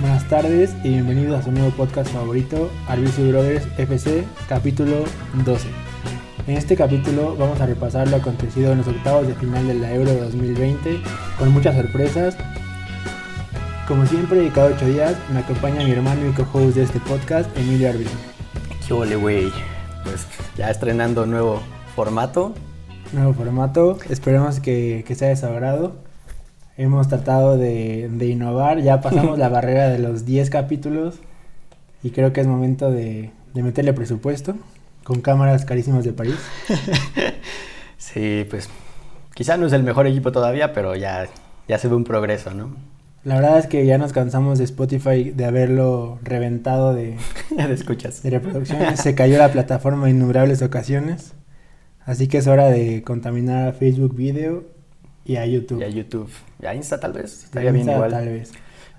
buenas tardes y bienvenidos a su nuevo podcast favorito, Arbisu Brothers FC, capítulo 12. En este capítulo vamos a repasar lo acontecido en los octavos de final de la Euro 2020, con muchas sorpresas. Como siempre, cada ocho días me acompaña mi hermano y co-host de este podcast, Emilio Arbizu. ¿Qué ole, güey? Pues ya estrenando nuevo formato. Nuevo formato, esperemos que, que sea de su agrado. Hemos tratado de, de innovar, ya pasamos la barrera de los 10 capítulos y creo que es momento de, de meterle presupuesto con cámaras carísimas de París. Sí, pues quizá no es el mejor equipo todavía, pero ya, ya se ve un progreso, ¿no? La verdad es que ya nos cansamos de Spotify de haberlo reventado de, Ya te escuchas. de reproducciones. Se cayó la plataforma en innumerables ocasiones. Así que es hora de contaminar a Facebook Video y a YouTube. Y a YouTube. Y a Insta tal vez. Y a Estaría bien Insta, igual. Tal vez.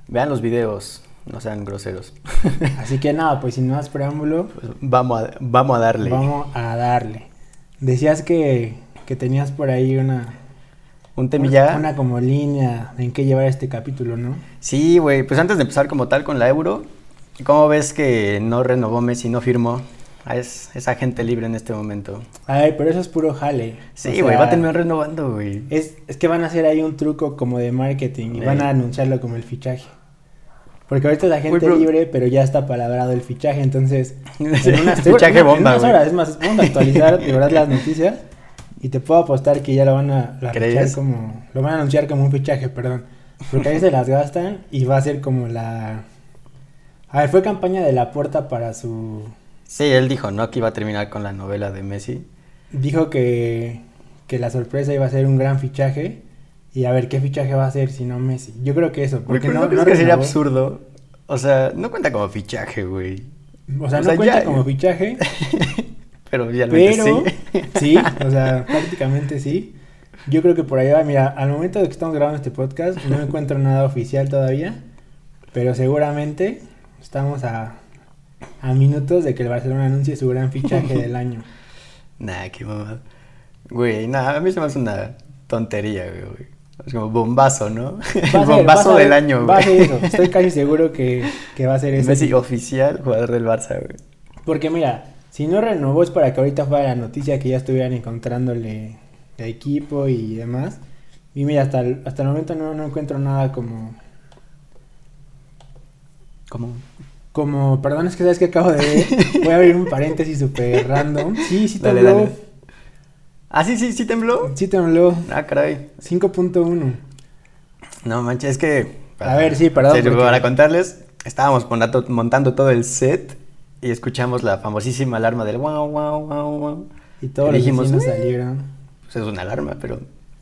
Vean los videos, no sean groseros. Así que nada, pues sin más preámbulo, Pues vamos, a, vamos a darle. vamos a darle. Decías que, que tenías por ahí una, Un temilla. una como línea en qué llevar este capítulo, ¿no? Sí, güey. Pues antes de empezar como tal con la Euro, ¿cómo ves que no renovó Messi, no firmó? Ah, Es, es agente libre en este momento. Ay, pero eso es puro jale. Sí, O güey, va a sea, terminar renovando, güey. Es, es que van a hacer ahí un truco como de marketing y van a Ey. anunciarlo como el fichaje. Porque ahorita la gente pero- es libre, pero ya está palabrado el fichaje, entonces en unas, Fichaje en bomba, unas güey. horas, es más, vamos a actualizar de verdad las noticias y te puedo apostar que ya lo van a lo anunciar ¿Crees? como lo van a anunciar como un fichaje, perdón. Porque ahí se las gastan y va a ser como la A ver, fue campaña de la puerta para su Sí, él dijo, ¿no? Que iba a terminar con la novela de Messi. dijo que, que la sorpresa iba a ser un gran fichaje. Y a ver, ¿qué fichaje va a ser si no Messi? Yo creo que eso, Güey, porque pero no, ¿no crees no que sería renovó. absurdo? O sea, no cuenta como fichaje, güey. O sea, o no sea, cuenta ya- eh, como fichaje, Pero realmente pero sí. sí, o sea, prácticamente sí. Yo creo que por ahí va, mira, al momento de que estamos grabando este podcast, no encuentro nada oficial todavía, pero seguramente estamos a, a minutos de que el Barcelona anuncie su gran fichaje del año. Nah, qué mamada. Güey, nada, a mí se me hace una tontería, güey. Es como bombazo, Va ¿no? a El ser- bombazo va a ser- del año, Va a ser güey. eso, estoy casi seguro que, que va a ser eso. Messi oh. oficial, jugador del Barça, güey. Porque mira, si no renovó es para que ahorita fuera la noticia que ya estuvieran encontrándole de equipo y demás. Y mira, hasta el, hasta el momento no, no encuentro nada como... ¿Cómo? Como, perdón, es que sabes que acabo de ver. Voy a abrir un paréntesis súper random. Sí, sí Dale, tembló. dale. Ah, sí, sí, sí tembló. Sí tembló. Ah, caray. 5.1. No manches, es que. A ver, sí, perdón, Sí, porque- Para contarles, estábamos montando, montando todo el set y escuchamos la famosísima alarma del wow, wow, wow, wow. Y todos los Dijimos, vecinos "Uy". salieron. Pues es una alarma, pero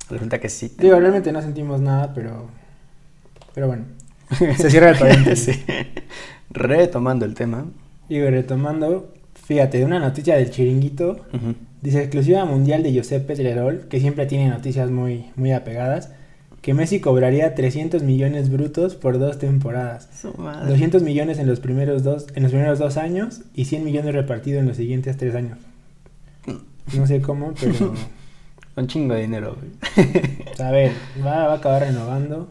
resulta que sí. Digo, realmente no sentimos nada, pero... Pero bueno. se cierra el paréntesis. Sí. Retomando el tema. Y retomando, fíjate, de una noticia del chiringuito. Ujú. Dice exclusiva mundial de Josep Pedrerol, que siempre tiene noticias muy, muy apegadas, que Messi cobraría 300 millones brutos por dos temporadas. Su madre. 200 millones en los primeros dos, en los primeros dos años y 100 millones repartidos en los siguientes tres años. No sé cómo, pero Un chingo de dinero, güey. o sea, a ver, va, va a acabar renovando.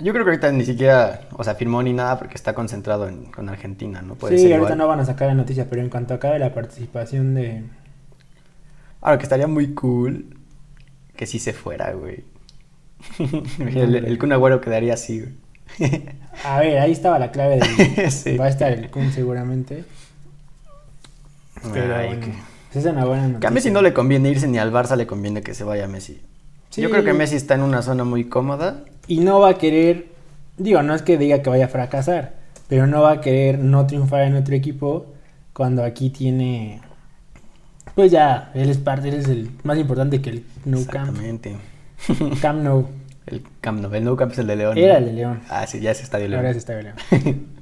Yo creo que ahorita ni siquiera, o sea, firmó ni nada porque está concentrado en, con Argentina, ¿no? Puede sí, ser ahorita igual. no van a sacar la noticia, pero en cuanto acabe la participación de... Ahora que estaría muy cool que sí se fuera, güey. el, el Kun Agüero quedaría así, güey. A ver, ahí estaba la clave de... Sí. Va a estar el Kun seguramente. Pero Ay, bueno, que- pues es una buena que noticia. a Messi no le conviene irse ni al Barça le conviene que se vaya Messi. Yo Sí. creo que Messi está en una zona muy cómoda. Y no va a querer, digo, no es que diga que vaya a fracasar, pero no va a querer no triunfar en otro equipo cuando aquí tiene, pues ya, él es parte, él es el más importante que el No Camp. Exactamente. Camp No, El Camp Nou, el Nou Camp es el de León. era el ¿no? de León, Ah, sí, ya es Estadio León. ahora es Estadio León.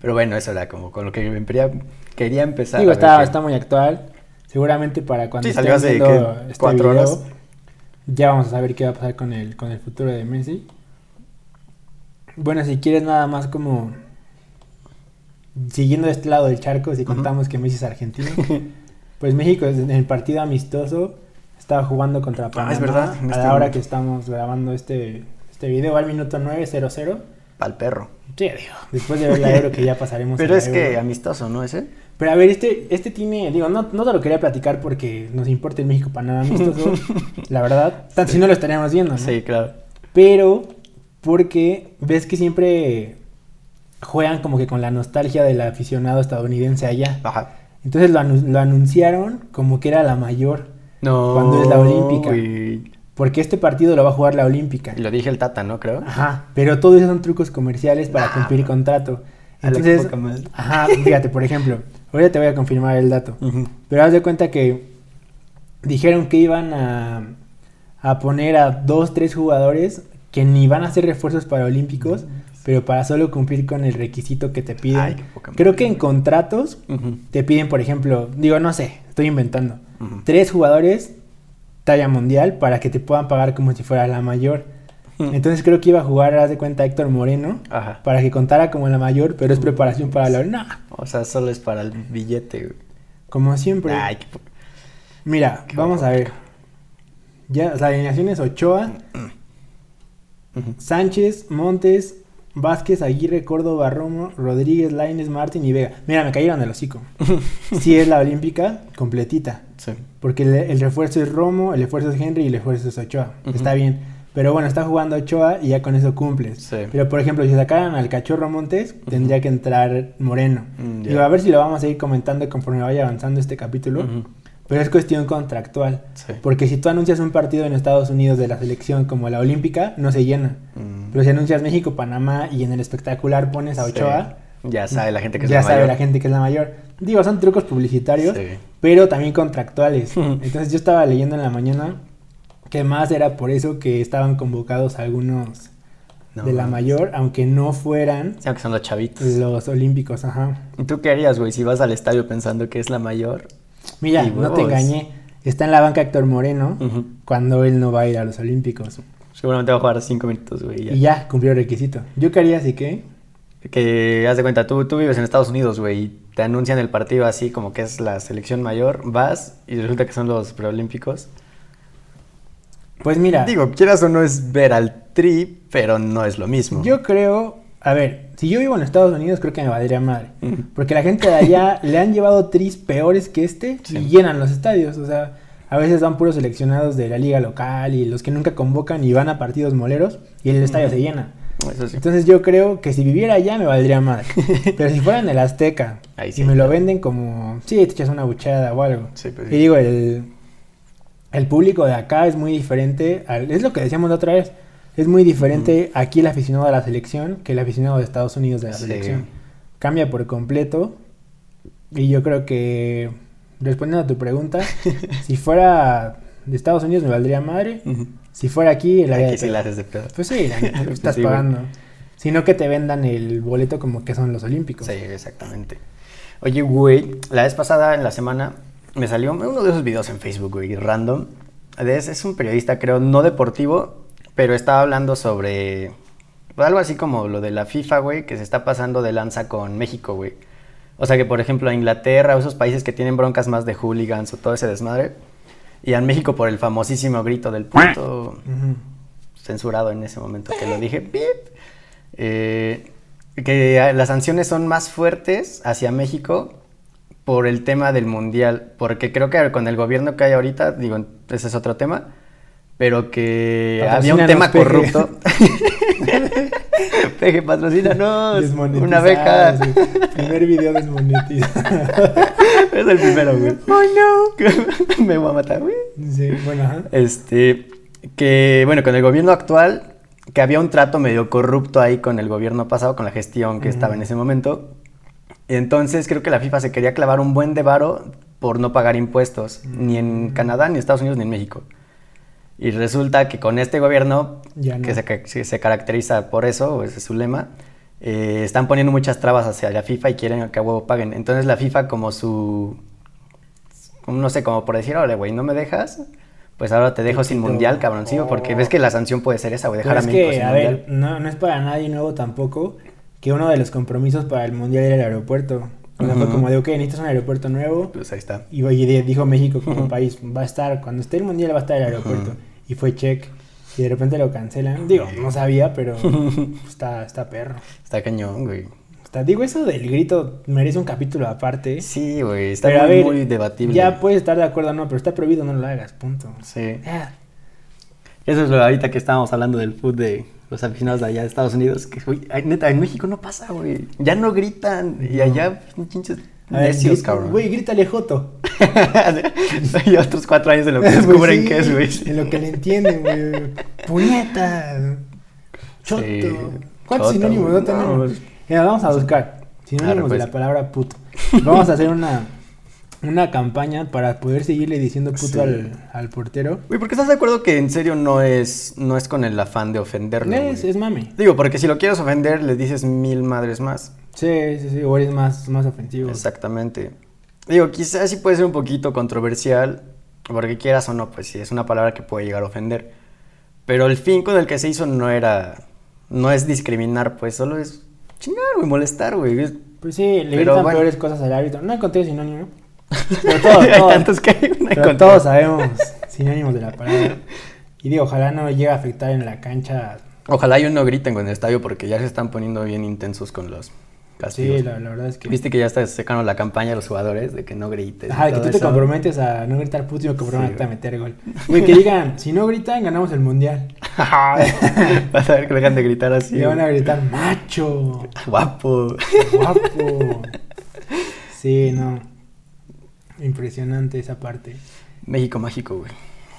Pero bueno, eso era como con lo que quería, quería empezar. Digo, a ver está, qué- está muy actual, seguramente para cuando Sí, estén salió hace, viendo este ¿qué? Cuatro horas. ya vamos a saber qué va a pasar con el, con el futuro de Messi. Bueno, si quieres nada más como siguiendo este lado del charco, si Ujú. contamos que Messi es argentino, pues México es- en el partido amistoso estaba jugando contra Panamá Ah, es verdad, en a este la hora momento. que estamos grabando este, este video, al minuto 9 0 0 Pa'l perro. Sí, digo, después de ver la Euro que ya pasaremos. Pero a la es que Euro. amistoso, ¿no? Ese. Pero a ver, este, este tiene, digo, no, no te lo quería platicar porque nos importa en México para nada amistoso, la verdad. Tan si no lo estaríamos viendo, ¿no? Sí, claro. Pero porque ves que siempre juegan como que con la nostalgia del aficionado estadounidense allá. Ajá. Entonces lo, anu- lo anunciaron como que era la mayor, No. Cuando es la Olímpica. güey. porque este partido lo va a jugar la Olímpica. Lo dije el Tata, ¿no? Creo. Ajá, pero todo eso son trucos comerciales para Ah, cumplir contrato. a la que Entonces, poca madre. ajá, fíjate, por ejemplo, ahorita te voy a confirmar el dato. Ujú. Pero haz de cuenta que dijeron que iban a, a poner a dos, tres jugadores que ni van a ser refuerzos para olímpicos, pero para solo cumplir con el requisito que te piden. Ay, qué poca madre. Creo que en contratos Ujú. te piden, por ejemplo, digo, no sé, estoy inventando, Ujú. tres jugadores talla mundial para que te puedan pagar como si fuera la mayor. Mm. Entonces creo que iba a jugar, haz de cuenta, Héctor Moreno, Ajá. para que contara como la mayor, Mm. pero es preparación para la... No, O sea, solo es para el billete, güey. como siempre. Ay, qué po- Mira, Qué vamos a ver. Ya, la alineación es Ochoa, Ujú. Sánchez, Montes, Vázquez, Aguirre, Córdoba, Romo, Rodríguez, Laines, Martín y Vega. Mira, me cayeron del hocico. Si es la olímpica, completita. Sí. Porque el, el refuerzo es Romo, el refuerzo es Henry y el refuerzo es Ochoa. Ujú. Está bien. Pero bueno, está jugando Ochoa y ya con eso cumples. Sí. Pero por ejemplo, si sacaran al cachorro Montes, tendría que entrar Moreno. Mm, ya. Digo, a ver si lo vamos a ir comentando conforme vaya avanzando este capítulo. Ujú. Pero es cuestión contractual. Sí. Porque si tú anuncias un partido en Estados Unidos de la selección como la olímpica, no se llena. Mm. Pero si anuncias México, Panamá y en el espectacular pones a Sí. Ochoa, Ya sabe la gente que es ya la sabe mayor. la gente que es la mayor. Digo, son trucos publicitarios, Sí. pero también contractuales. Ujú. Entonces yo estaba leyendo en la mañana que más era por eso que estaban convocados algunos No de la mames. mayor, aunque no fueran Sí, aunque son los chavitos. los olímpicos, ajá. ¿Y tú qué harías, güey, si vas al estadio pensando que es la mayor? Mira, Y Mm. no te huevos. engañé. Está en la banca Héctor Moreno Ujú. cuando él no va a ir a los olímpicos. Seguramente va a jugar cinco minutos, güey. ya. Y ya, cumplió el requisito. Yo quería así que... Que haz de cuenta, tú, tú vives en Estados Unidos, güey, y te anuncian el partido así como que es la selección mayor, vas y resulta que son los preolímpicos. Pues mira, Digo, quieras o no es ver al tri, pero no es lo mismo. yo creo... A ver, si yo vivo en Estados Unidos creo que me valdría madre. Ujú. Porque la gente de allá le han llevado tris peores que este Sí. y llenan los estadios. O sea, a veces van puros seleccionados de la liga local y los que nunca convocan y van a partidos moleros y el estadio se llena. Eso sí. Entonces yo creo que si viviera allá me valdría madre. Pero si fuera en el Azteca Ahí sí, y me lo venden como, sí, te echas una buchada o algo. Sí, pues, Y sí. digo, el, el público de acá es muy diferente, al- es lo que decíamos la otra vez, es muy diferente aquí el aficionado de la selección que el aficionado de Estados Unidos de la Sí. selección. Cambia por completo y yo creo que, respondiendo a tu pregunta, si fuera de Estados Unidos me valdría madre, Ujú. si fuera aquí el área Aquí de sí pedo. la haces de pedo. Pues sí, la neta, estás Sí, güey. pagando. Sino que te vendan el boleto como que son los olímpicos. Sí, exactamente. Oye, güey, la vez pasada en la semana me salió uno de esos videos en Facebook, güey, random. De ese- es un periodista, creo, no deportivo, pero estaba hablando sobre algo así como lo de la FIFA, güey, que se está pasando de lanza con México, güey. O sea que, por ejemplo, a Inglaterra o esos países que tienen broncas más de hooligans o todo ese desmadre, y a México por el famosísimo grito del puto Ujú. censurado en ese momento que lo dije. pip. Eh, que ah, las sanciones son más fuertes hacia México por el tema del mundial, porque creo que con el gobierno que hay ahorita, digo, ese es otro tema, pero que había un tema Patrocínanos, Peje. corrupto. Peje, patrocínanos. Una beca. Desmonetizados, güey. Primer video desmonetizado. es el primero, güey. Oh, no. Me voy a matar, güey. Sí, bueno, ajá. Este, que bueno, con el gobierno actual, que había un trato medio corrupto ahí con el gobierno pasado, con la gestión que estaba en ese momento. Y entonces creo que la FIFA se quería clavar un buen de varo por no pagar impuestos, ni en Canadá, ni en Estados Unidos, ni en México. Y resulta que con este gobierno, Ya no. que se, ca- se- se caracteriza por eso, o ese es su lema, eh, están poniendo muchas trabas hacia la FIFA y quieren que a huevo paguen. Entonces la FIFA como su, como, no sé, como por decir, órale, güey, no me dejas, pues ahora te dejo sin quito. mundial, cabroncillo, porque Oh. ves que la sanción puede ser esa, güey, Pero dejar a es México que, sin a mundial. ver, no, no es para nadie nuevo tampoco que uno de los compromisos para el mundial era el aeropuerto. O sea, fue Ujú. como de, ok, necesitas un aeropuerto nuevo. Pues ahí está. Y oye, de- dijo México como país, va a estar, cuando esté el mundial va a estar el aeropuerto. Y fue check. Y de repente lo cancelan. Digo, no sabía, pero está, está perro. Está cañón, güey. Está- digo, eso del grito merece un capítulo aparte. Sí, güey, está Pero, a muy, ver, muy debatible. Ya puedes estar de acuerdo o no, pero está prohibido, no lo hagas, punto. Sí. Ah, Eso es lo ahorita que estábamos hablando del food de los aficionados de allá de Estados Unidos. Que, güey, ay, neta, en México no pasa, güey. Ya no gritan. Y allá, pinches a ver, necios, gri- cabrón. Güey, grítale Joto. y otros cuatro años de lo que Pues descubren sí, que es, güey. En lo que le entienden, güey. Puñeta. Choto. Sí, ¿Cuántos choto, sinónimos no güey, tenemos? no. Mira, vamos a buscar sinónimos Arre, pues. de la palabra puto. Vamos a hacer una, una campaña para poder seguirle diciendo puto Sí. al, al portero. Güey, porque estás de acuerdo que en serio no es, no es con el afán de ofenderlo. Es, güey? es mame. Digo, porque si lo quieres ofender, le dices mil madres más. Sí, sí, sí. O eres más, más ofensivo. Exactamente. Digo, quizás sí puede ser un poquito controversial, porque quieras o no, pues sí, es una palabra que puede llegar a ofender. Pero el fin con el que se hizo no era. No es discriminar, pues solo es chingar, güey, molestar, güey. Es- Pues sí, le Pero gritan bueno. peores cosas al árbitro. No encontré sinónimo. Pero todos, Hay todos. tantos que hay una Pero con- todos sabemos sinónimos de la palabra. Y digo, ojalá no llegue a afectar en la cancha. Ojalá ellos no griten con el estadio porque ya se están poniendo bien intensos con los castigos. Sí, la, la verdad es que. Viste que ya está secando la campaña de los jugadores de que no grites. y Ajá, que todo tú te eso. comprometes a no gritar puto y me comprometo Sí, a meter gol. Güey, que digan, si no gritan, ganamos el mundial. Vas a ver que dejan de gritar así. y van a güey. gritar, macho, Guapo. guapo. Sí, no. Impresionante esa parte. México mágico, güey.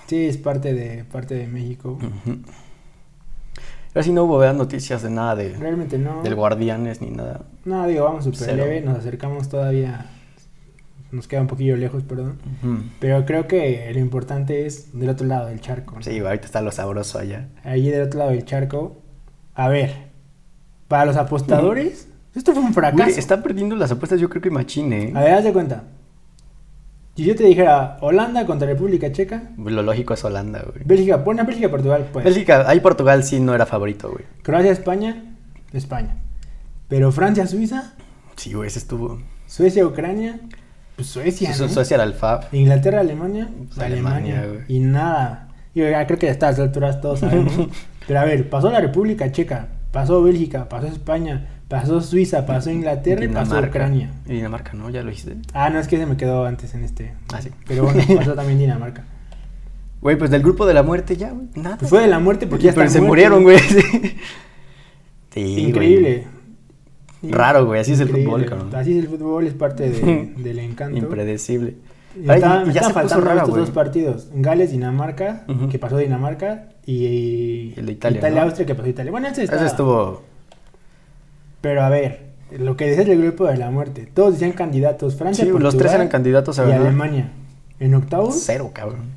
Sí, es parte de, parte de México. Ujú. Pero sí no hubo ¿verdad? noticias de nada de, Realmente no. del Guardianes ni nada. No, digo, vamos súper Cero. leve, nos acercamos todavía, nos queda un poquillo lejos, perdón. Ujú. Pero creo que lo importante es del otro lado del charco. Sí, güey, ahorita está lo sabroso allá. Allí del otro lado del charco. A ver, para los apostadores, esto fue un Güey, fracaso. está perdiendo las apuestas, yo creo que machine. ¿eh? A ver, haz de cuenta. Si yo te dijera Holanda contra República Checa, Lo lógico es Holanda, güey. Bélgica, pon a Bélgica, Portugal, pues. Bélgica, ahí Portugal sí no era favorito, güey. Croacia, España, España. Pero Francia, Suiza, Sí, güey, ese estuvo. Suecia, Ucrania, pues Suecia. Su ¿no? Suecia era el Fab. Inglaterra, Alemania, Pues, Alemania, Alemania, güey. y nada. Yo ya creo que a estas alturas todos sabemos. Pero a ver, pasó la República Checa, pasó Bélgica, pasó España, pasó Suiza, pasó Inglaterra y pasó Dinamarca. Ucrania. Y Dinamarca, ¿no? ¿Ya lo hiciste? Ah, no, es que se me quedó antes en este. Ah, sí. Pero bueno, pasó también Dinamarca. Güey, pues del grupo de la muerte ya, güey. Nada. Pues fue de la muerte porque ya Pero se están murieron, güey. muertos. Sí, güey. Increíble. Raro, güey, así es el Increíble. fútbol, cabrón. Así es el fútbol, es parte de- del encanto. Impredecible. Y Ay, está- y me están ya se puso faltando rara, estos güey. dos partidos. Gales, Dinamarca, Ujú. que pasó Dinamarca, y, El de Italia, ¿no? Austria, que pasó Italia. Bueno, ese, Eso estaba- estuvo. Pero a ver, lo que decía el grupo de la muerte. Todos decían candidatos. Francia, Sí, los Portugal tres eran candidatos a Y ganar. Alemania. En octavos. Cero, cabrón.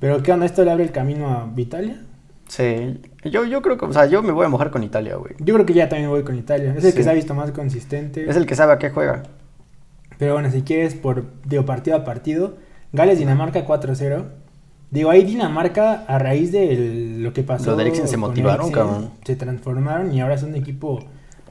Pero ¿qué onda? ¿Esto le abre el camino a Italia? Sí. Yo, yo creo que. O sea, yo me voy a mojar con Italia, güey. Yo creo que ya también voy con Italia. Es el que Sí. se ha visto más consistente. Es el que sabe a qué juega. Pero bueno, si quieres, por digo, partido a partido, Gales-Dinamarca 4-0. Digo, ahí Dinamarca, a raíz de el- lo que pasó. Lo de Eriksen, se con motivaron, cabrón. Se transformaron y ahora es un equipo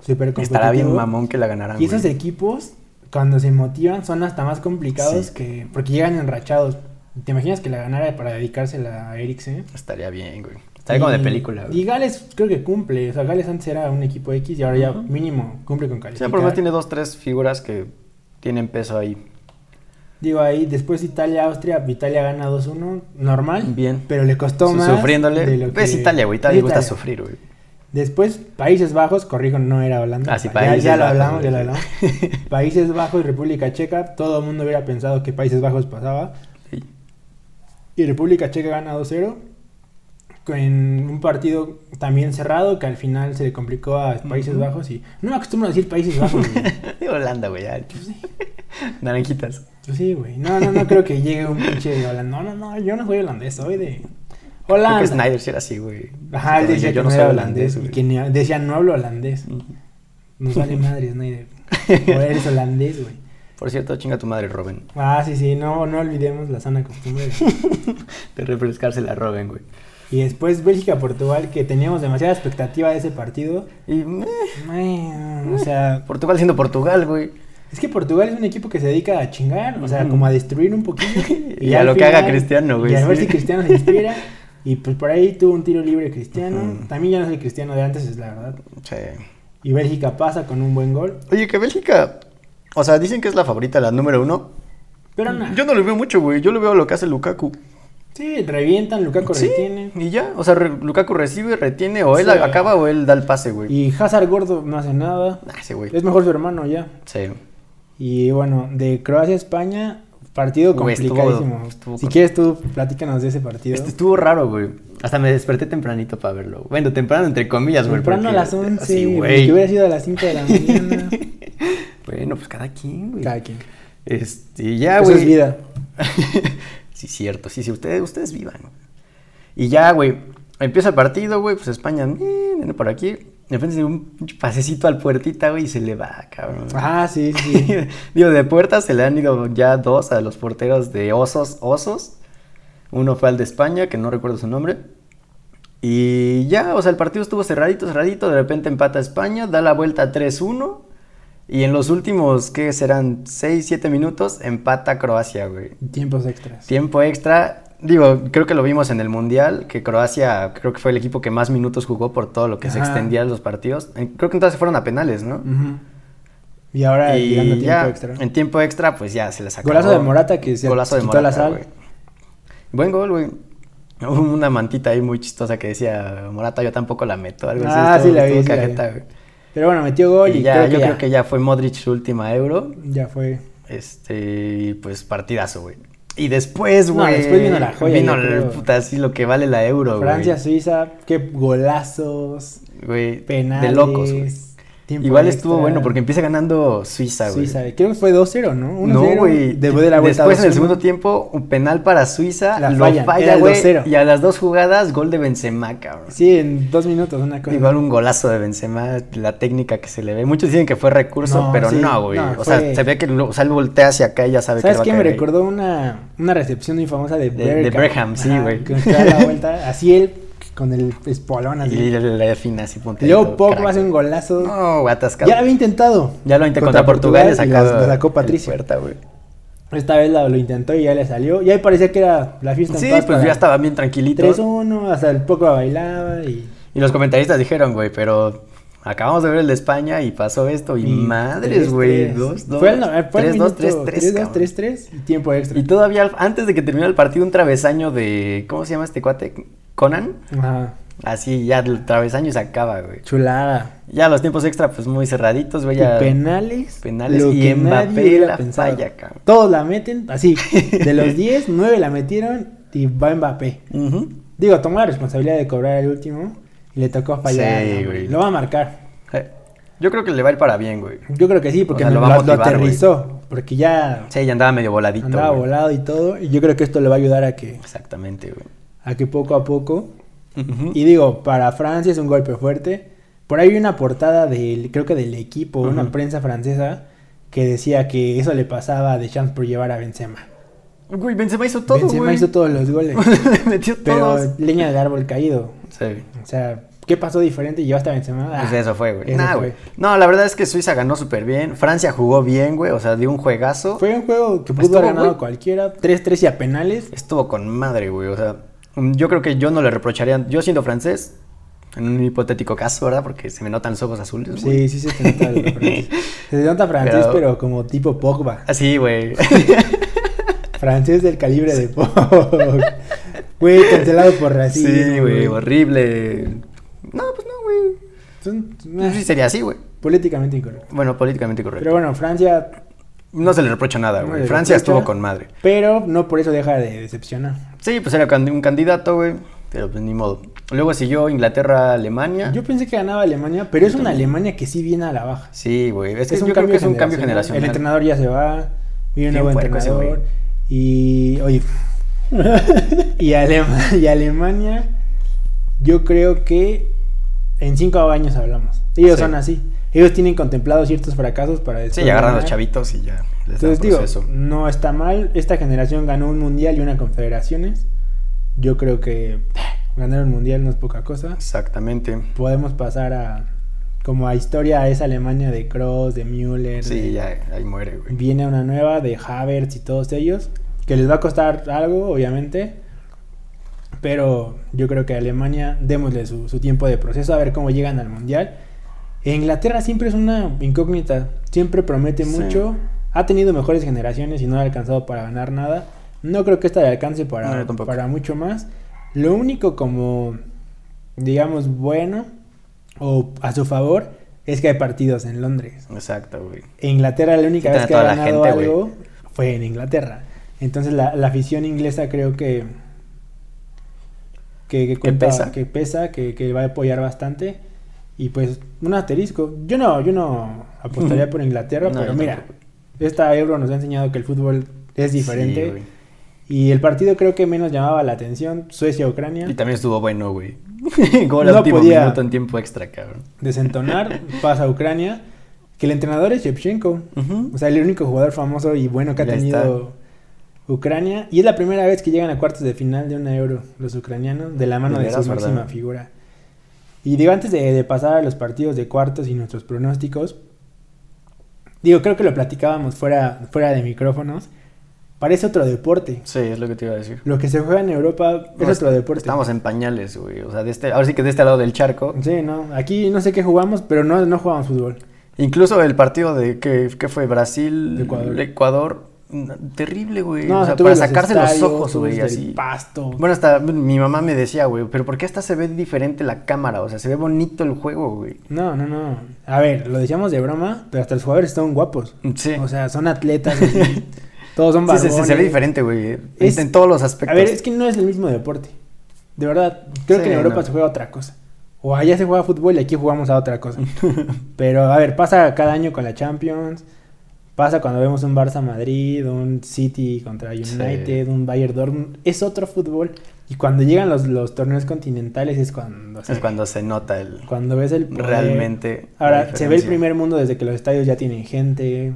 súper competitivo. Estará bien mamón que la ganaran. Y esos güey. equipos, cuando se motivan, son hasta más complicados Sí. que. Porque llegan enrachados. ¿Te imaginas que la ganara para dedicársela a Eriksen? Estaría bien, güey. Estaría como de Y- película, Y güey. Gales creo que cumple. O sea, Gales antes era un equipo X y ahora ya Ujú. mínimo cumple con O calidad. sea, por lo menos tiene dos, tres figuras que tienen peso ahí. Digo ahí, después Italia, Austria, Italia gana 2-1, normal. Bien. Pero le costó Su- más. de Sufriéndole. lo Ves que- Italia, güey. Italia le gusta Italia. sufrir, güey. Después, Países Bajos, corrijo, no era Holanda. Ah, sí, Ya- Países ya, Bajos, lo hablamos, ya lo güey. hablamos. Países Bajos y República Checa, todo el mundo hubiera pensado que Países Bajos pasaba. Sí. Y República Checa gana 2-0. En un partido también cerrado que al final se le complicó a Países Ujú. Bajos y no me acostumbro a decir Países Bajos. güey. De Holanda, güey. ya. Naranjitas. Pues sí, güey. No, no, no creo que llegue un pinche de Holanda. No, no, no, yo no soy holandés, soy de Holanda. Creo que Snyder sí era así, güey. Ajá, él Yo- decía yo que no era holandés, y que ni- decía no hablo holandés. güey. Ujú. Nos vale madre, Snyder. O eres holandés, güey. Por cierto, chinga tu madre, Robin. Ah, sí, sí, no, no olvidemos la sana costumbre. De refrescarse la Robin, güey. Y después Bélgica-Portugal, que teníamos demasiada expectativa de ese partido. Y eh, meh, Bueno, o sea, Portugal siendo Portugal, güey. es que Portugal es un equipo que se dedica a chingar, o sea, como a destruir un poquito. Y a al lo que haga Cristiano, güey, Y a ver sí. si Cristiano se inspira. Y pues por ahí tuvo un tiro libre Cristiano. Ujú. También ya no es el Cristiano de antes, es la verdad. Sí. Y Bélgica pasa con un buen gol. Oye, que Bélgica. O sea, dicen que es la favorita, la número uno. Pero nada. Yo no lo veo mucho, güey. Yo lo veo lo que hace Lukaku. Sí, revientan, Lukaku Sí, retiene. Y ya. O sea, re- Lukaku recibe, retiene. O él Sí. acaba o él da el pase, güey. Y Hazard gordo no hace nada. Ah, ese güey. Es mejor su hermano ya. Sí. Y bueno, de Croacia a España, partido Güey, estuvo- complicadísimo. estuvo si con- quieres tú, platícanos de ese partido. Este estuvo raro, güey. Hasta me desperté tempranito para verlo. Bueno, temprano entre comillas, güey. Temprano a porque- las 11, Sí, güey, güey. que hubiera sido a las 5 de la mañana. bueno, pues cada quien, güey. Cada quien. Este, ya, Eso güey. es vida. sí, cierto. Sí, sí, ustedes, ustedes vivan. güey. Y ya, güey. Empieza el partido, güey. Pues España, mm, viene por aquí. De repente se dio un pinche pasecito al puertita, güey, y se le va, cabrón. Ah, sí, sí. Digo, de puertas se le han ido ya dos a los porteros de Osos Osos. Uno fue al de España, que no recuerdo su nombre. Y ya, o sea, el partido estuvo cerradito, cerradito. De repente empata España, da la vuelta 3-1. Y en los últimos, ¿qué serán? 6-7 minutos, empata Croacia, güey. Tiempos extras. Tiempo extra. Digo, creo que lo vimos en el Mundial, que Croacia creo que fue el equipo que más minutos jugó por todo lo que se Ajá. extendía en los partidos. Eh, Creo que entonces se fueron a penales, ¿no? Ujú. Y ahora y tirando tiempo ya, extra. En tiempo extra, pues ya se les acabó. Golazo de Morata que se Golazo de quitó la Morata, sal. güey. Buen gol, güey. Hubo una mantita ahí muy chistosa que decía, Morata yo tampoco la meto. Algo Ah, así, estuvo- sí la vi, estuvo sí la vi. cajeta, güey. Pero bueno, metió gol y, Y ya, creo que yo ya, creo que ya fue Modric su última Euro. ya fue. Este, y pues partidazo, güey. Y después, No, güey. después vino la joya, Vino yo el creo. puta, así lo que vale la Euro, güey. Francia, Suiza, qué golazos, Güey, penales. de locos, güey. tiempo Igual estuvo extra. bueno porque empieza ganando Suiza, güey. Suiza, creo que fue 2-0, ¿no? 1-0, No, güey. Después de la vuelta Después, en el 2-1. segundo tiempo, un penal para Suiza. La lo fallan, era falla, el güey. 2-0. Y a las dos jugadas, gol de Benzema, cabrón. Sí, en dos minutos, una cosa. Igual un golazo de Benzema, la técnica que se le ve. Muchos dicen que fue recurso, No, pero sí, no, güey. no, o sea, fue- se ve que lo- o sea, él voltea hacia acá y ya sabe ¿Sabes que qué? le va Me a caer ahí. recordó una, una recepción muy famosa de De- de Bergkamp. Bergkamp, sí, Ajá, güey. Que se da la vuelta, así él, con el espolón así. Y le, le, le define así puntero. Luego Pogba hace un golazo. No, güey, atascado. ya había intentado. Ya lo intenté contra, Portugal, le y sacó la- la sacó el Patricio. puerta, güey. Esta vez la- lo intentó y ya le salió. Y ahí parecía que era la fiesta en Sí, paz pues para- ya estaba bien tranquilito. 3-1, hasta el poco bailaba y... Y los comentaristas dijeron, güey, pero acabamos de ver el de España y pasó esto. Y, y madres, 3-3. güey. Dos, dos. Fue el, no- eh, fue el 3-2, minuto 3-2, 3-3, cabrón. 3-3 y tiempo extra. Y todavía, al- antes de que terminara el partido, un travesaño de. ¿Cómo se llama este cuate? ¿Conan? Ajá, Así ya el travesaño se acaba, güey. chulada. Ya los tiempos extra, pues muy cerraditos, güey. ya- Y penales. Penales lo y que Mbappé nadie hubiera la pensado. falla, cabrón. Todos la meten, así. De los 10, 9 la metieron y va Mbappé. Ujú. Digo, tomó la responsabilidad de cobrar el último y le tocó fallar. Sí, hombre. güey. Lo va a marcar. Eh, Yo creo que le va a ir para bien, güey. Yo creo que sí, porque sea, lo, lo va a lo motivar, aterrizó. Porque ya Sí, ya andaba medio voladito. andaba güey. volado y todo. Y yo creo que esto le va a ayudar a que, Exactamente, güey. a que poco a poco Ujú. Y digo, para Francia es un golpe fuerte. Por ahí vi una portada del, creo que del equipo, una Ujú. prensa francesa, que decía que eso le pasaba a Deschamps por llevar a Benzema. Güey, Benzema hizo todo, Benzema güey. hizo todos los goles, Le metió pero todos. leña del árbol caído. Sí. O sea, ¿qué pasó diferente? y Llevaste a Benzema. Ah, Pues eso fue, güey. eso Nah, fue. güey. No, la verdad es que Suiza ganó súper bien. Francia jugó bien, güey. O sea, dio un juegazo. Fue un juego que pudo Estuvo, haber ganado güey. cualquiera. 3-3 y a penales. Estuvo con madre, güey. O sea, mm, yo creo que yo no le reprocharía. Yo siendo francés, en un hipotético caso, ¿verdad? Porque se me notan los ojos azules, güey. Sí, sí se te nota el francés. Se te nota francés, Pero- pero como tipo Pogba. Así, güey. Francés del calibre de Pogba. Güey, cancelado por racismo. Sí, güey. Horrible. No, pues no, güey. Son- eh, Yo Sí sería así, güey. Políticamente incorrecto. Bueno, políticamente correcto. Pero bueno, Francia. No se le reprocha nada, no güey. le Francia reprocha, estuvo con madre. Pero no por eso deja de decepcionar. Sí, pues era can- un candidato, güey. Pero pues ni modo. Luego siguió Inglaterra, Alemania. Yo pensé que ganaba Alemania, pero es una Alemania que sí viene a la baja. Sí, güey. Es, que un yo creo cambio que es un cambio generacional. El entrenador ya se va. Viene un Bien nuevo puerco ese entrenador. Y. Oye. y, Alema- y Alemania. Yo creo que. En cinco años hablamos. Ellos Sí. son así. Ellos tienen contemplados ciertos fracasos para después Sí, ya agarran ganar. los chavitos y ya les dan Entonces digo, proceso. no está mal. Esta generación ganó un mundial y una confederaciones. Yo creo que ganar un mundial no es poca cosa. Exactamente. Podemos pasar a como a historia a esa Alemania de Kroos, de Müller. Sí, de- ya ahí muere, güey. Viene una nueva de Havertz y todos ellos que les va a costar algo, obviamente. Pero yo creo que a Alemania démosle su, su tiempo de proceso a ver cómo llegan al Mundial. Inglaterra siempre es una incógnita, siempre promete Sí. mucho, ha tenido mejores generaciones y no ha alcanzado para ganar nada. No creo que esta le alcance No, para, yo tampoco. para mucho más. Lo único como, digamos, bueno o a su favor es que hay partidos en Londres. Exacto, güey. E Inglaterra la única Quitan vez a que ha toda la ganado gente, güey. algo fue en Inglaterra. Entonces la, la afición inglesa creo que que, que cuenta- pesa. que pesa, que, que va a apoyar bastante. Y pues un asterisco. Yo no, yo no apostaría Ujú. por Inglaterra, No, pero yo mira, tampoco. esta Euro nos ha enseñado que el fútbol es Sí, diferente. güey. y el partido creo que menos llamaba la atención, Suecia-Ucrania. y también estuvo bueno, güey. Gol al No último podía. minuto en tiempo extra, cabrón. Desentonar, pasa a Ucrania. Que el entrenador es Shevchenko. Ujú. O sea, el único jugador famoso y bueno que ha Ya tenido Ucrania. Y es la primera vez que llegan a cuartos de final de una euro los ucranianos, de la mano De de su veras, máxima ¿verdad? figura. Y digo, antes de, de pasar a los partidos de cuartos y nuestros pronósticos, digo, creo que lo platicábamos fuera, fuera de micrófonos. Parece otro deporte. Sí, es lo que te iba a decir. Lo que se juega en Europa es No, otro deporte. Estamos en pañales, güey. O sea, de este, ahora sí que de este lado del charco. Sí, no. Aquí no sé qué jugamos, pero no, no jugamos fútbol. Incluso el partido de que, que fue Brasil, Ecuador. Ecuador, n- terrible, güey. No, o sea, tú para ves sacarse estadios, los ojos, tú ves güey, el así. pasto. Bueno, hasta mi mamá me decía, güey, pero ¿por qué hasta se ve diferente la cámara? O sea, se ve bonito el juego, güey. No, no, no. A ver, lo decíamos de broma, pero hasta los jugadores están guapos. Sí. O sea, son atletas. así. todos son Sí, barbones. se, se- se ve diferente, güey. en- Es- en todos los aspectos. A ver, es que no es el mismo deporte. De verdad, creo que Sí, en Europa no. se juega otra cosa. O allá se juega fútbol y aquí jugamos a otra cosa. Pero, a ver, pasa cada año con la Champions. Pasa cuando vemos un Barça Madrid, un City contra United, un Bayern Dortmund. Es otro fútbol. Y cuando llegan los, los torneos continentales es cuando... se Es ve. cuando se nota el Cuando ves el poder. realmente. la Ahora, se ve el diferencia. primer mundo desde que los estadios ya tienen gente.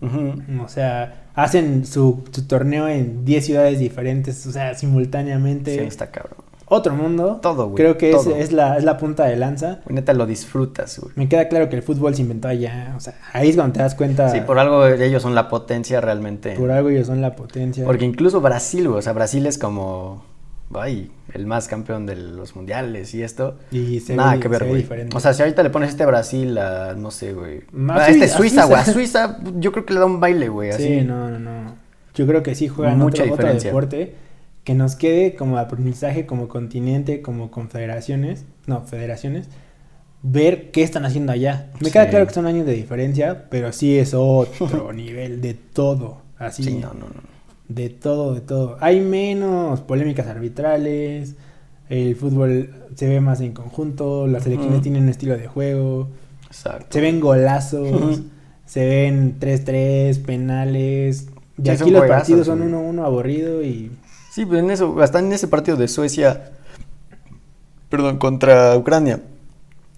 Ujú. O sea, hacen su, su torneo en 10 ciudades diferentes, o sea, simultáneamente. Sí, está cabrón. Otro mundo. Todo, güey, Creo que es, todo. es la, es la punta de lanza. Güey, Neta, lo disfrutas, güey. Me queda claro que el fútbol se inventó allá. O sea, ahí es cuando te das cuenta. Sí, por algo ellos son la potencia realmente. por algo ellos son la potencia. Porque incluso Brasil, güey, o sea, Brasil es como, ay, el más campeón de los mundiales y esto. y se Nada ve, que se ver, ve güey. diferente. O sea, si ahorita le pones este Brasil a, no sé, güey. Ma- A sí, este a Suiza, güey. A Suiza. Suiza, yo creo que le da un baile, güey. Sí, Así. no, no, no. Yo creo que sí juegan Mucha otro, otro diferencia. deporte que nos quede como aprendizaje, como continente, como confederaciones, no, federaciones, ver qué están haciendo allá. Me queda Sí. claro que son años de diferencia, pero sí es otro nivel de todo, así, Sí, no, no, no. de todo, de todo. Hay menos polémicas arbitrales, el fútbol se ve más en conjunto, las selecciones Ujú. tienen un estilo de juego, Exacto. se ven golazos, Ujú. se ven 3-3, penales. Y Sí, aquí son los juegazos, partidos son güey. 1-1 aburrido y Sí, pues en eso, hasta en ese partido de Suecia, perdón, contra Ucrania,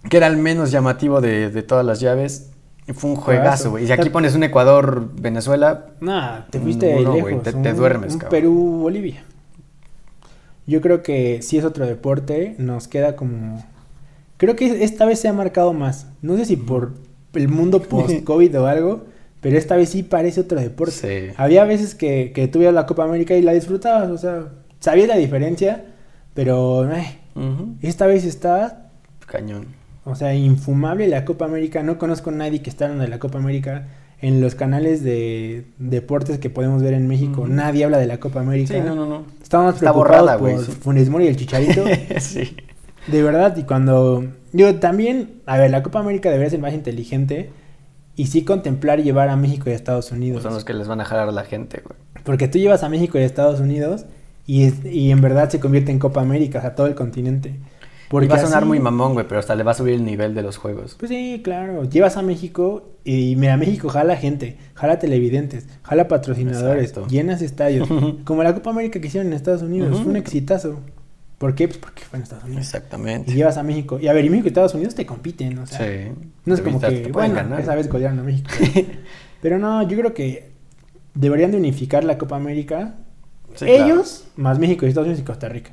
que era el menos llamativo de, de todas las llaves, y fue un Juegazo. juegazo, güey. Y si aquí pones un Ecuador-Venezuela, nada, te fuiste No, no, lejos. Mm, güey, te- un- te duermes, un cabrón. Perú-Bolivia. Yo creo que si es otro deporte, nos queda como... Creo que esta vez se ha marcado más. No sé si por el mundo post-COVID o algo, pero esta vez sí parece otro deporte. Sí. Había veces que, que tú veías la Copa América y la disfrutabas, o sea, sabías la diferencia, pero... eh, ujú, esta vez está cañón. O sea, infumable la Copa América. No conozco a nadie que está hablando de la Copa América. En los canales de deportes que podemos ver en México, Ujú. nadie habla de la Copa América. Sí, no, no, no. Estamos Está preocupados borrada, por güey, sí. Funes Mori y el Chicharito. sí. de verdad, y cuando... Yo también... A ver, la Copa América debería ser más inteligente. Y sí contemplar llevar a México y a Estados Unidos. Pues Son los que les van a jalar a la gente, güey. Porque tú llevas a México y a Estados Unidos y, es- y en verdad se convierte en Copa América, o sea, todo el continente. Porque va a sonar así- muy mamón, güey, pero hasta le va a subir el nivel de los juegos. Pues sí, claro. Llevas a México y mira, México jala gente, jala televidentes, jala patrocinadores, Exacto. llenas estadios. como la Copa América que hicieron en Estados Unidos, Ujú. fue un exitazo. ¿Por qué? Pues porque fue en Estados Unidos. Y Exactamente. llevas a México. Y a ver, y México y Estados Unidos te compiten, o sea. Sí. No es Te como vistas, que, ah, te pueden bueno, ganar. esa vez golearon a México. Pero no, yo creo que deberían de unificar la Copa América. Sí, claro. Ellos, más México, y Estados Unidos y Costa Rica.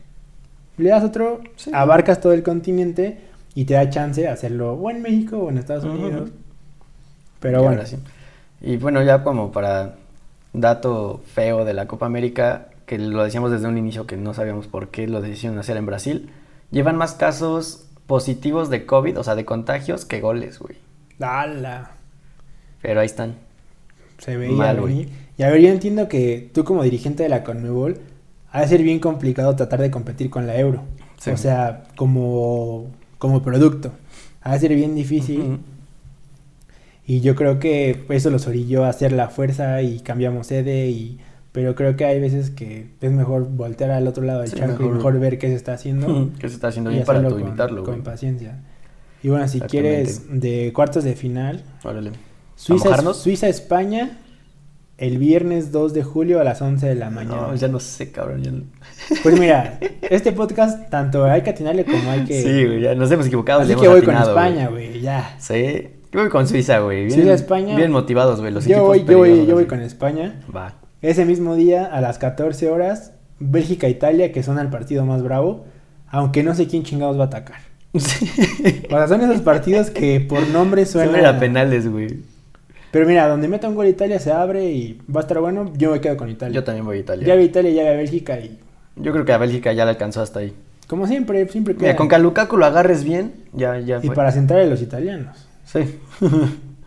Le das otro, Sí. abarcas todo el continente y te da chance de hacerlo o en México o en Estados Ujú. Unidos. Y Pero bueno, ahora sí. Y bueno, ya como para dato feo de la Copa América, que lo decíamos desde un inicio que no sabíamos por qué lo decidieron hacer en Brasil, llevan más casos positivos de COVID, o sea, de contagios, que goles, güey. ¡Hala! Pero ahí están. Se veía, Mal, güey. güey. Y a ver, yo entiendo que tú como dirigente de la CONMEBOL ha de ser bien complicado tratar de competir con la Euro. Sí. O sea, como, como producto. Ha de ser bien difícil. Ujú. Y yo creo que eso los orilló a hacer la fuerza y cambiamos sede y pero creo que hay veces que es mejor voltear al otro lado del Sí, charco y mejor. mejor ver qué se está haciendo Que se está haciendo y bien para hacerlo tú con, invitarlo, con güey. paciencia. Y bueno, si quieres de cuartos de final, Órale. Suiza, mojarnos? Suiza España el viernes 2 de julio a las 11 de la mañana. No, ya no sé, cabrón. ya no- Pues mira, este podcast tanto hay que atinarle como hay que Sí, güey, ya nos hemos equivocado. le Así hemos que voy con atinado, España, güey, ya. Sí. Yo voy con Suiza, güey. Bien, Suiza, España. Bien motivados, güey. Los Yo equipos voy, yo voy, peligrosos, yo voy así. con España. Va. Ese mismo día, a las 14 horas, Bélgica e Italia, que son el partido más bravo, aunque no sé quién chingados va a atacar. Sí. O sea, son esos partidos que por nombre Suena suenan... a penales, güey. Pero mira, donde meta un gol Italia se abre y va a estar bueno, yo me quedo con Italia. Yo también voy a Italia. Ya vi Italia, ya vi Bélgica y... Yo creo que a Bélgica ya la alcanzó hasta ahí. Como siempre, siempre Mira, queda... con pues. que a Lukaku lo agarres bien, ya, ya y fue. para centrar a los italianos. Sí.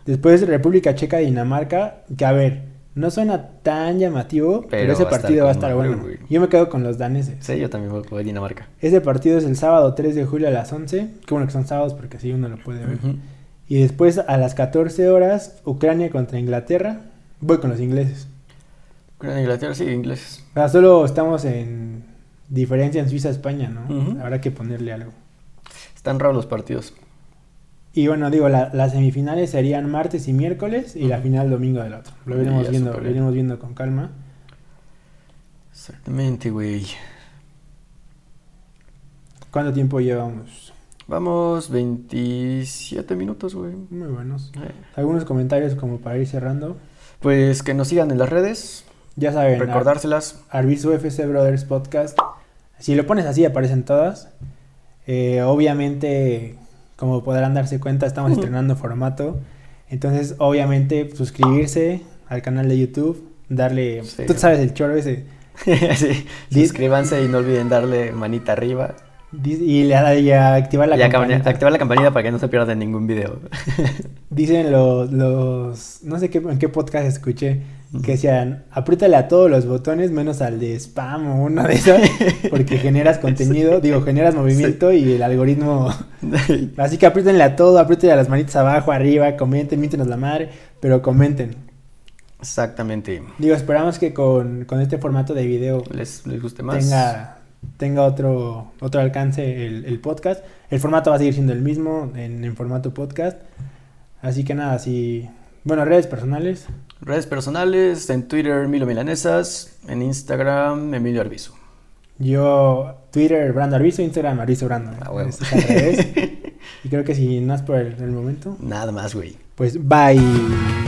Después República Checa, Dinamarca, que a ver, no suena tan llamativo, pero, Pero ese va a estar partido va a con estar madre, bueno. güey. Yo me quedo con los daneses. sí, yo también voy con Dinamarca. Ese partido es el sábado 3 de julio a las 11. Qué bueno que son sábados porque así uno lo puede ver. Ujú. Y después a las 14 horas, Ucrania contra Inglaterra. Voy con los ingleses. Con Inglaterra, sí, ingleses. O sea, solo estamos en diferencia en Suiza-España, ¿no? Ujú. Habrá que ponerle algo. Están raros los partidos. Y bueno, digo, la- las semifinales serían martes y miércoles y la final domingo del otro. Lo Y iremos ya viendo, súper lo bien. iremos viendo con calma. Exactamente, güey. ¿Cuánto tiempo llevamos? Vamos 27 minutos, güey. Muy buenos. Eh, Algunos comentarios como para ir cerrando. Pues que nos sigan en las redes, Ya saben, a- recordárselas. Arbizu FC Brothers Podcast. Si lo pones así, aparecen todas. Eh, obviamente, como podrán darse cuenta, estamos Ujú. estrenando formato. Entonces, obviamente, suscribirse al canal de YouTube, darle... Sí. Tú sabes el choro ese. sí. Di- Suscríbanse y no olviden darle manita arriba. Dice- Y, le, y a activar la y acá- campanita. activar la campanita para que no se pierdan ningún video. Dicen los, los... No sé qué, en qué podcast escuché. Que Ujú. decían, apriétale a todos los botones menos al de spam o uno de esos. Porque generas contenido, digo, generas movimiento y el algoritmo Así que apriétenle a todo, apriétenle a las manitas abajo, arriba, comenten, mítenos la madre, pero comenten. Exactamente. Digo, esperamos que con, con este formato de video Les, les guste más. tenga, tenga otro, otro alcance el, el podcast. El formato va a seguir siendo el mismo en, en formato podcast. Así que nada, si... Bueno, redes personales. Redes personales, en Twitter Milo Milanesas, en Instagram Emilio Arbizu. Yo, Twitter, Brando Arviso, Instagram, Arviso Brando. A huevo. Este Es al revés. y creo que si no es por el, el momento, Nada más, güey. pues bye.